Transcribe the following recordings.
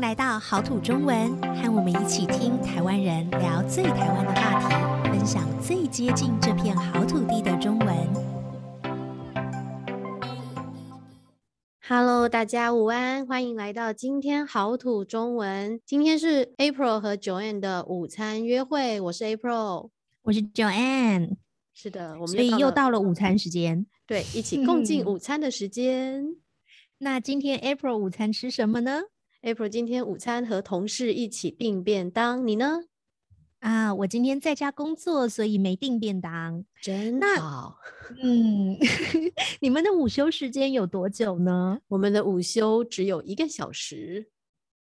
来到好土中文，和我们一起听台湾人聊最台湾的话题，分享最接近这片好土地的中文。 Hello，大家午安，欢迎来到今天好土中文。今天是 April 和 Joanne 的午餐约会，我是 April。我是 Joanne，是的，我们所以又到了了午餐时间。对一起共进 嗯午餐的时间。那今天 April 午餐吃什么呢？ April 今天午餐和同事一起订便当，你呢？啊，我今天在家工作，所以没订便当。真那好。嗯， 你们的午休时间有多久呢？我们的午休只有一个小时，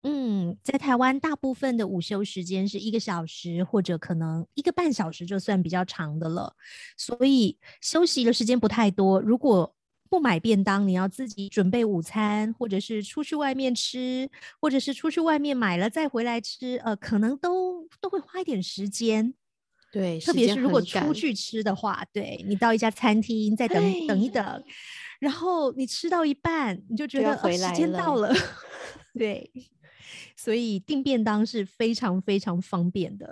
嗯，在台湾大部分的午休时间是一个小时，或者可能一个半小时，就算比较长的了。所以休息的时间不太多。如果不买便当，你要自己准备午餐，或者是出去外面吃，或者是出去外面买了再回来吃，呃，可能都都会花一点时间。对，特时别间是如果很赶出去吃的话，对你到一家餐厅再等等一等，然后你吃到一半，你就觉就要得、呃回来时间到了了， 对，所以订便当是非常非常方便的。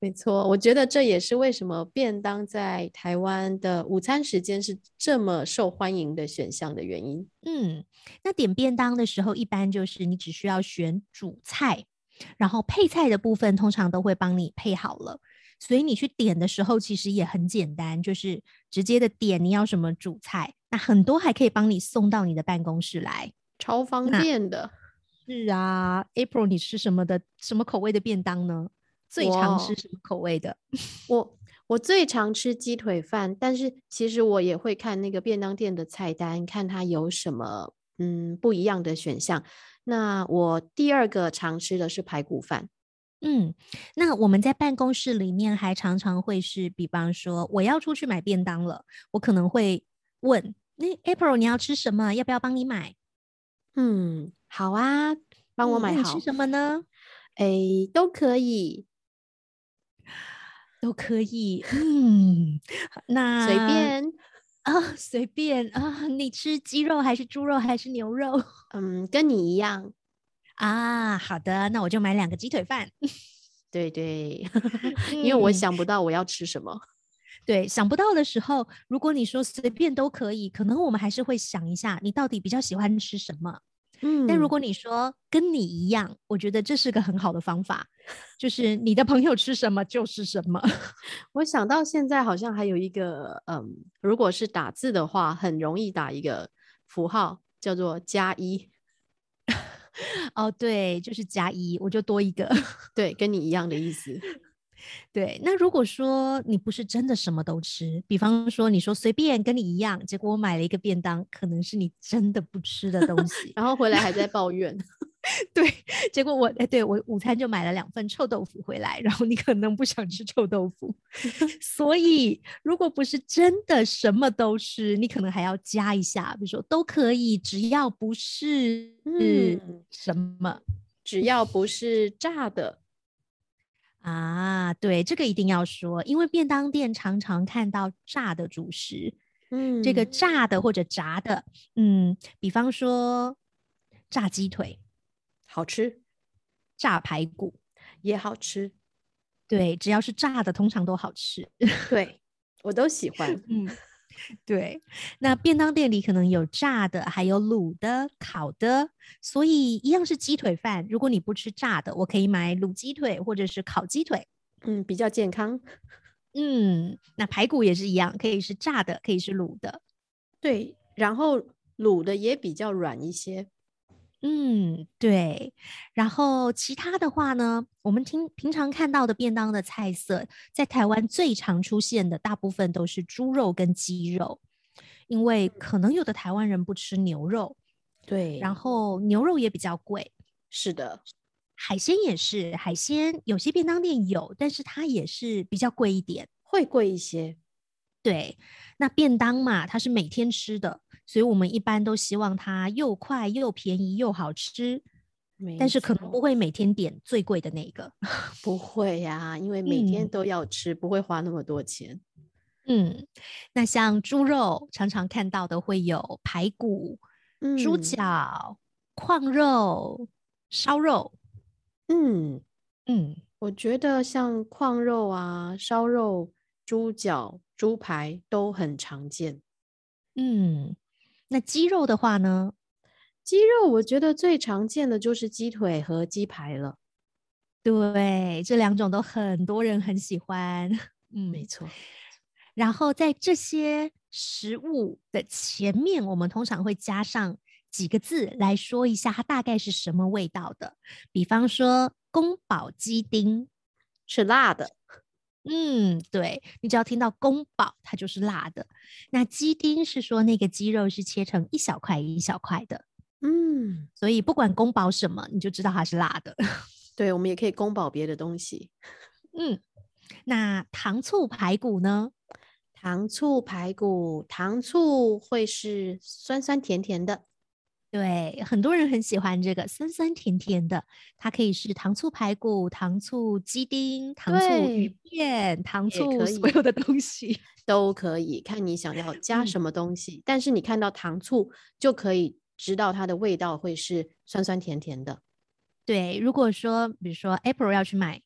没错，我觉得这也是为什么便当在台湾的午餐时间是这么受欢迎的选项的原因。嗯， 那点便当的时候，一般就是你只需要选主菜，然后配菜的部分通常都会帮你配好了。所以你去点的时候，其实也很简单，就是直接的点你要什么主菜，那很多还可以帮你送到你的办公室来。超方那便的。是啊，April，你吃什么的？什么口味的便当呢？最常吃我什么口味的？我我最常吃鸡腿饭，但是其实我也会看那个便当店的菜单，看它有什么嗯不一样的选项。那我第二个常吃的是排骨饭，嗯，那我们在办公室里面还常常会是，比方说我要出去买便当了，我可能会问那 April 你要吃什么？要不要帮你买？嗯，好啊，帮我嗯买那你好吃，什么呢？ 诶，都可以，都可以。嗯，那随便，啊，随便啊，你吃鸡肉还是猪肉还是牛肉 嗯，跟你一样，啊？好的，那我就买两个鸡腿饭。对对， 因为我嗯想不到我要吃什么，对，想不到的时候，如果你说随便都可以，可能我们还是会想一下，你到底比较喜欢吃什么。嗯，但如果你说跟你一样，我觉得这是个很好的方法，就是你的朋友吃什么就是什么。 我想到现在好像还有一个，嗯，如果是打字的话，很容易打一个符号，叫做加一。哦，对，就是加一，我就多一个。 对，跟你一样的意思。对，那如果说你不是真的什么都吃，比方说你说随便跟你一样，结果我买了一个便当，可能是你真的不吃的东西。然后回来还在抱怨， 对，结果我哎，对我午餐就买了两份臭豆腐回来，然后你可能不想吃臭豆 腐，所以如果不是真的什么都吃，你可能还要加一下，比如说都可以，只要不是嗯，什么、只要不是炸的，啊，对，这个一定要说，因为便当店常常看到炸的主食，嗯，这个炸的或者炸的，嗯，比方说炸鸡腿、好吃炸排骨。也好吃，对，只要是炸的，通常都好吃。对我都喜 欢。嗯，对。那便当店里可能有炸的，还有卤的、烤的，所以一样是鸡腿饭。如果你不吃炸的，我可以买卤鸡腿或者是烤鸡腿。嗯，比较健康。嗯，那排骨也是一样，可以是炸的，可以是卤的。对，然后卤的也比较软一些。嗯，对。然后其他的话呢，我们听平常看到的便当的菜色，在台湾最常出现的大部分都是猪肉跟鸡肉，因为可能有的台湾人不吃牛肉，对然后牛肉也比较贵，是的，海鲜也是，海鲜有些便当店有，但是它也是比较贵一点。会贵一些。对，那便当嘛，它是每天吃的，所以我们一般都希望它又快又便宜又好吃，但没是可能错不会每天点最贵的那一个。 不会呀、因为每天嗯都要吃，不会花那么多钱。嗯，那像猪肉常常看到的会有排骨、猪嗯脚、矿肉、烧肉，嗯，嗯，我觉得像矿肉啊、烧肉、猪脚、猪排都很常见。嗯，那鸡肉的话呢？鸡肉我觉得最常见的就是鸡腿和鸡排了。对，这两种都很多人很喜欢。嗯，没错，然后在这些食物的前面，我们通常会加上几个字来说一下它大概是什么味道的。比方说宫保鸡丁，是辣的。嗯，对，你只要听到宫保，它就是辣的。那鸡丁是说那个鸡肉是切成一小块一小块的，嗯，所以不管宫保什么，你就知道它是辣的。对，我们也可以宫保别的东西。嗯，那糖醋排骨呢？糖醋排骨，糖醋会是酸酸甜甜的。对，很多人很喜欢这个酸酸甜甜的，它可以是糖醋排骨、糖醋鸡丁、糖醋鱼对片、糖也醋可所以有的东西。 都可以，看你想要加嗯什么东西。但是你看到糖醋就可以知道它的味道会是酸酸甜甜的。对，如果说比如说 April 要去买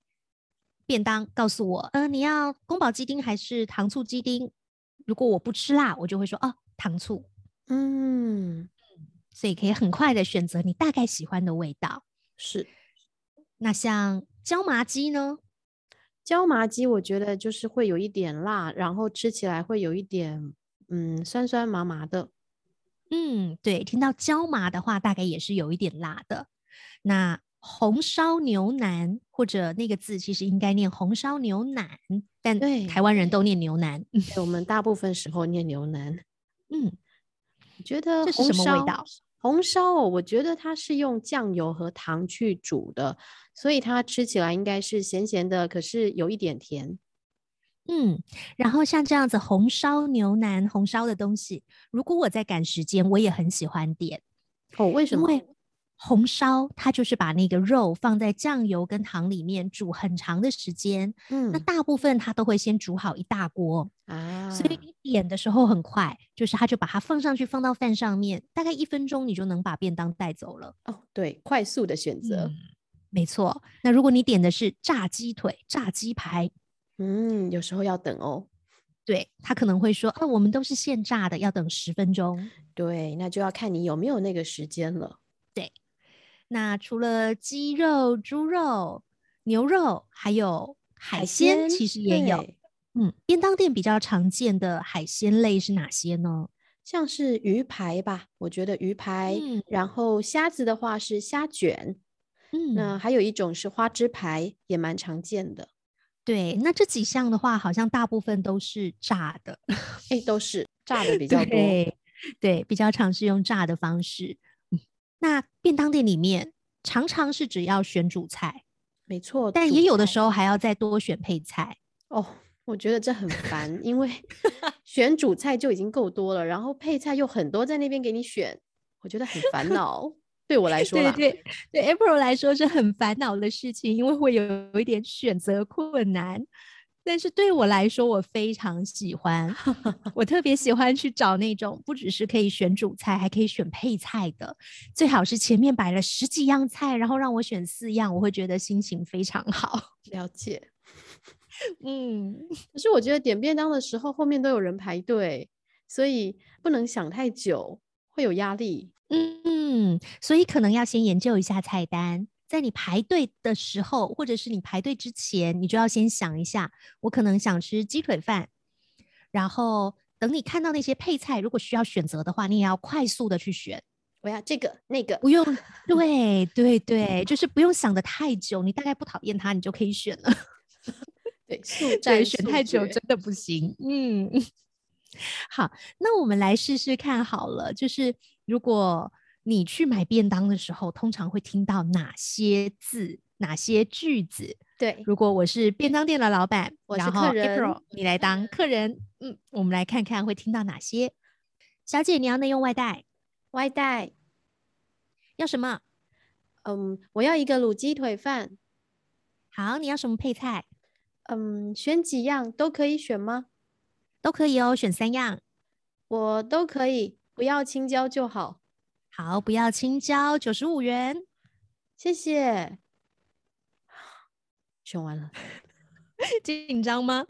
便当，告诉我，呃，你要宫保鸡丁还是糖醋鸡丁？如果我不吃辣，我就会说哦，糖醋，嗯，所以可以很快的选择你大概喜欢的味道。是那像椒麻鸡呢？椒麻鸡，我觉得就是会有一点辣，然后吃起来会有一点嗯酸酸麻麻的。嗯，对，听到椒麻的话，大概也是有一点辣的。那红烧牛腩或者那个字其实应该念红烧牛腩，但对台湾人都念牛腩。 对我们大部分时候念牛腩，嗯，你觉得这是红什么烧味道？红烧哦，我觉得它是用酱油和糖去煮的，所以它吃起来应该是咸咸的，可是有一点甜。嗯，然后像这样子红烧牛腩、红烧的东西，如果我在赶时间，我也很喜欢点，哦，为什因么？为红烧它就是把那个肉放在酱油跟糖里面煮很长的时间，嗯那大部分它都会先煮好一大锅，啊，所以你点的时候很快，就是它就把它放上去，放到饭上面，大概一分钟你就能把便当带走了。哦，对，快速的选择，嗯，没错。那如果你点的是炸鸡腿、炸鸡排，嗯，有时候要等哦。对他可能会说，啊，我们都是现炸的，要等十分钟。对，那就要看你有没有那个时间了。那除了鸡肉、猪肉、牛肉，还有海鲜，其实也有。对，嗯，便当店比较常见的海鲜类是哪些呢？像是鱼排吧，我觉得鱼排，嗯然后虾子的话是虾卷，嗯，那还有一种是花枝排，也蛮常见的。对，那这几项的话，好像大部分都是炸的，哎，都是炸的比较多。对对，比较常是用炸的方式。嗯那便当店里面常常是只要选主菜，没错，但也有的候时候还要再多选配菜。哦，我觉得这很烦，因 为选主菜就已经够多了，然后配菜又很多在那边给你选，我觉得很烦恼。对我来说对啦，对对，April 来说是很烦恼的事情，因为会有有一点选择困难。但是对我来说，我非常喜欢，我特别喜欢去找那种不只是可以选主菜，还可以选配菜的，最好是前面摆了十几样菜，然后让我选四样，我会觉得心情非常好。了解。嗯，可是我觉得点便当的时候，后面都有人排队，所以不能想太久，会有压力。嗯，所以可能要先研究一下菜单，在你排队的时候，或者是你排队之前，你就要先想一下，我可能想吃鸡腿饭，然后等你看到那些配菜，如果需要选择的话，你也要快速的去选，我要这个那个，不用，对对对，就是不用想的太久，你大概不讨厌它，你就可以选了。对，速对，战选速太久决真的不行。嗯， 好，那我们来试试看好了。就是如果你去买便当的时候，通常会听到哪些字、哪些句子？对，如果我是便当店的老板，我然是客后人 April 你来当客人，嗯，我们来看看会听到哪些。小姐，你要内用外带，外带，要什么？嗯，我要一个卤鸡腿饭，好，你要什么配菜嗯，选几样都可以选吗？都可以哦，选三样。我都可以，不要青椒就好。好，不要青椒，九十五元。 谢谢。选完了，紧张吗？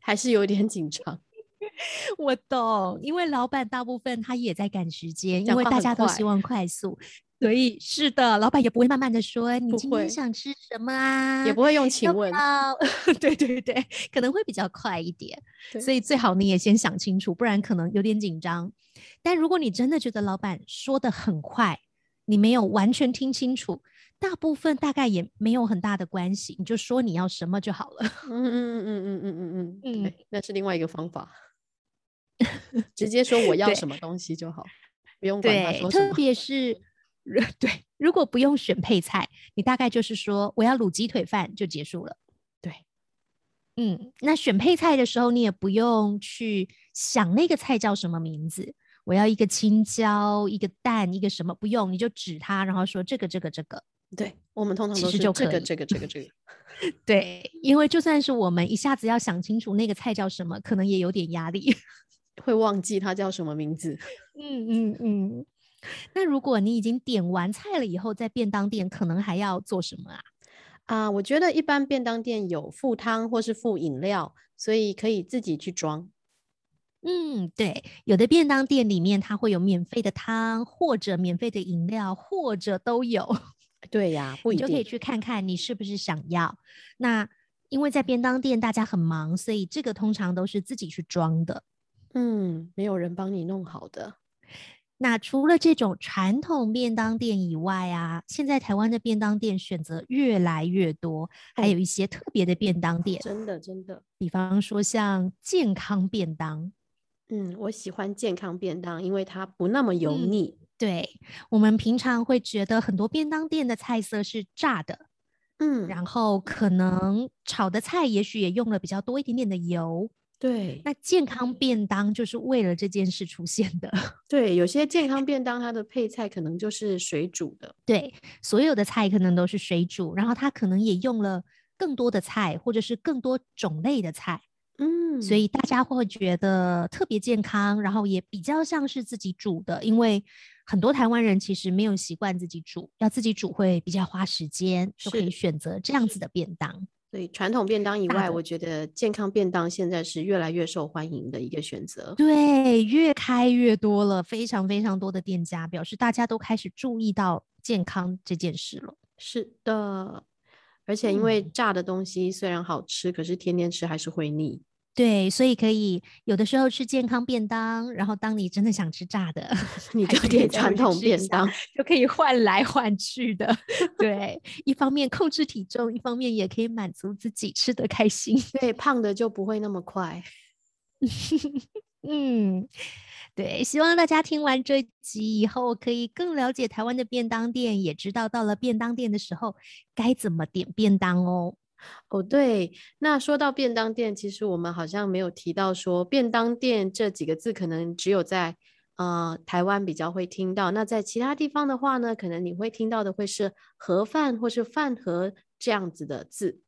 还是有点紧张。 我懂，因为老板大部分他也在赶时间，因讲为话大很家都希快望快速，所以是的，老板也不会慢慢的说你不今会天想吃什么啊，也不会用请要不问，要 对对对，可能会比较快一点，对所以最好你也先想清楚，不然可能有点紧张。但如果你真的觉得老板说的很快，你没有完全听清楚，大部分大概也没有很大的关系，你就说你要什么就好了。嗯嗯嗯嗯嗯嗯嗯，嗯对，那是另外一个方法， 直接说我要对什么东西就好，不用管他对，说什特么。别是对，如 果不用选配菜，你大概就是说我要卤鸡腿饭就结束了。对，嗯，那选配菜的时候，你也不用去想那个菜叫什么名字。我要一个青椒，一个蛋，一个什么不用，你就指它，然后说这个这个这个。对我们通常其都实是就这可个以这个这个这个，对，因为就算是我们一下子要想清楚那个菜叫什么，可能也有点压力。 会忘记它叫什么名字。嗯嗯嗯。那如果你已经点完菜了以后，在便当店可能还要做什么啊？啊，我觉得一般便当店有附汤或是附饮料，所以可以自己去装。嗯，对，有的便当店里面它会有免费的汤，或者免费的饮料，或者都有，对呀，不你一就可以定。去看看你是不是想要。那因为在便当店大家很忙，所以这个通常都是自己去装的。嗯，没有人帮你弄好的。那除了这种传统便当店以外啊，现在台湾的便当店选择越来越多，还哦有一些特别的便当店，真的真的。比方说像健康便当。嗯，我喜欢健康便当，因为它不那么油嗯腻。对，我们平常会觉得很多便当店的菜色是炸的，嗯，然后可能炒的菜也许也用了比较多一点点的油。对那健康嗯便当就是为了这件事出现的， 对，有些健康便当它的配菜可能就是水煮的。对，所有的菜可能都是水煮，然后它可能也用了更多的菜或者是更多种类的菜，嗯，所以大家会觉得特别健康，然后也比较像是自己煮的，因为很多台湾人其实没有习惯自己煮，要自己煮会比较花时间，就可以是选择这样子的便当。所以传统便当以大外，的我觉得健康便当现在是越来越受欢迎的一个选择。对，越开越多了，非常非常多的店家表示大家都开始注意到健康这件事了。是的，而且因为嗯炸的东西虽然好吃，可是天天吃还是会腻。 对，所以可以有的时候吃健康便当，然后当你真的想吃炸的， 你还就是可以点再传回去统吃一便下当，就可以换来换去的。 对，一方面控制体重，一方面也可以满足自己吃得开心。对胖的就不会那么快。嗯，对，希望大家听完这一集以后，可以更了解台湾的便当店，也知道到了便当店的时候该怎么点便当哦。哦，对，那说到便当店，其实我们好像没有提到说便当店这几个字，可能只有在呃台湾比较会听到。那在其他地方的话呢，可能你会听到的会是盒饭或是饭盒这样子的字。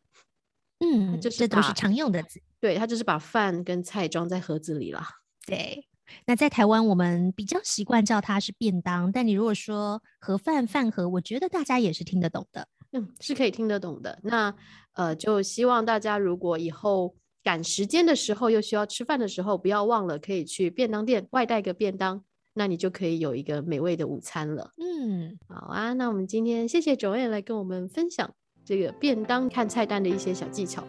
嗯，就是这都是把常用的字。对，它就是把饭跟菜装在盒子里啦。对，那在台湾我们比较习惯叫它是便当，但你如果说盒饭、饭盒，我觉得大家也是听得懂的。嗯，是可以听得懂的。那呃，就希望大家如果以后赶时间的时候，又需要吃饭的时候，不要忘了可以去便当店外带个便当，那你就可以有一个美味的午餐了。嗯，好啊，那我们今天谢谢 Joanne 来跟我们分享这个便当看菜单的一些小技巧，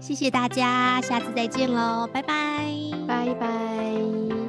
谢谢大家，下次再见喽，拜拜。拜拜。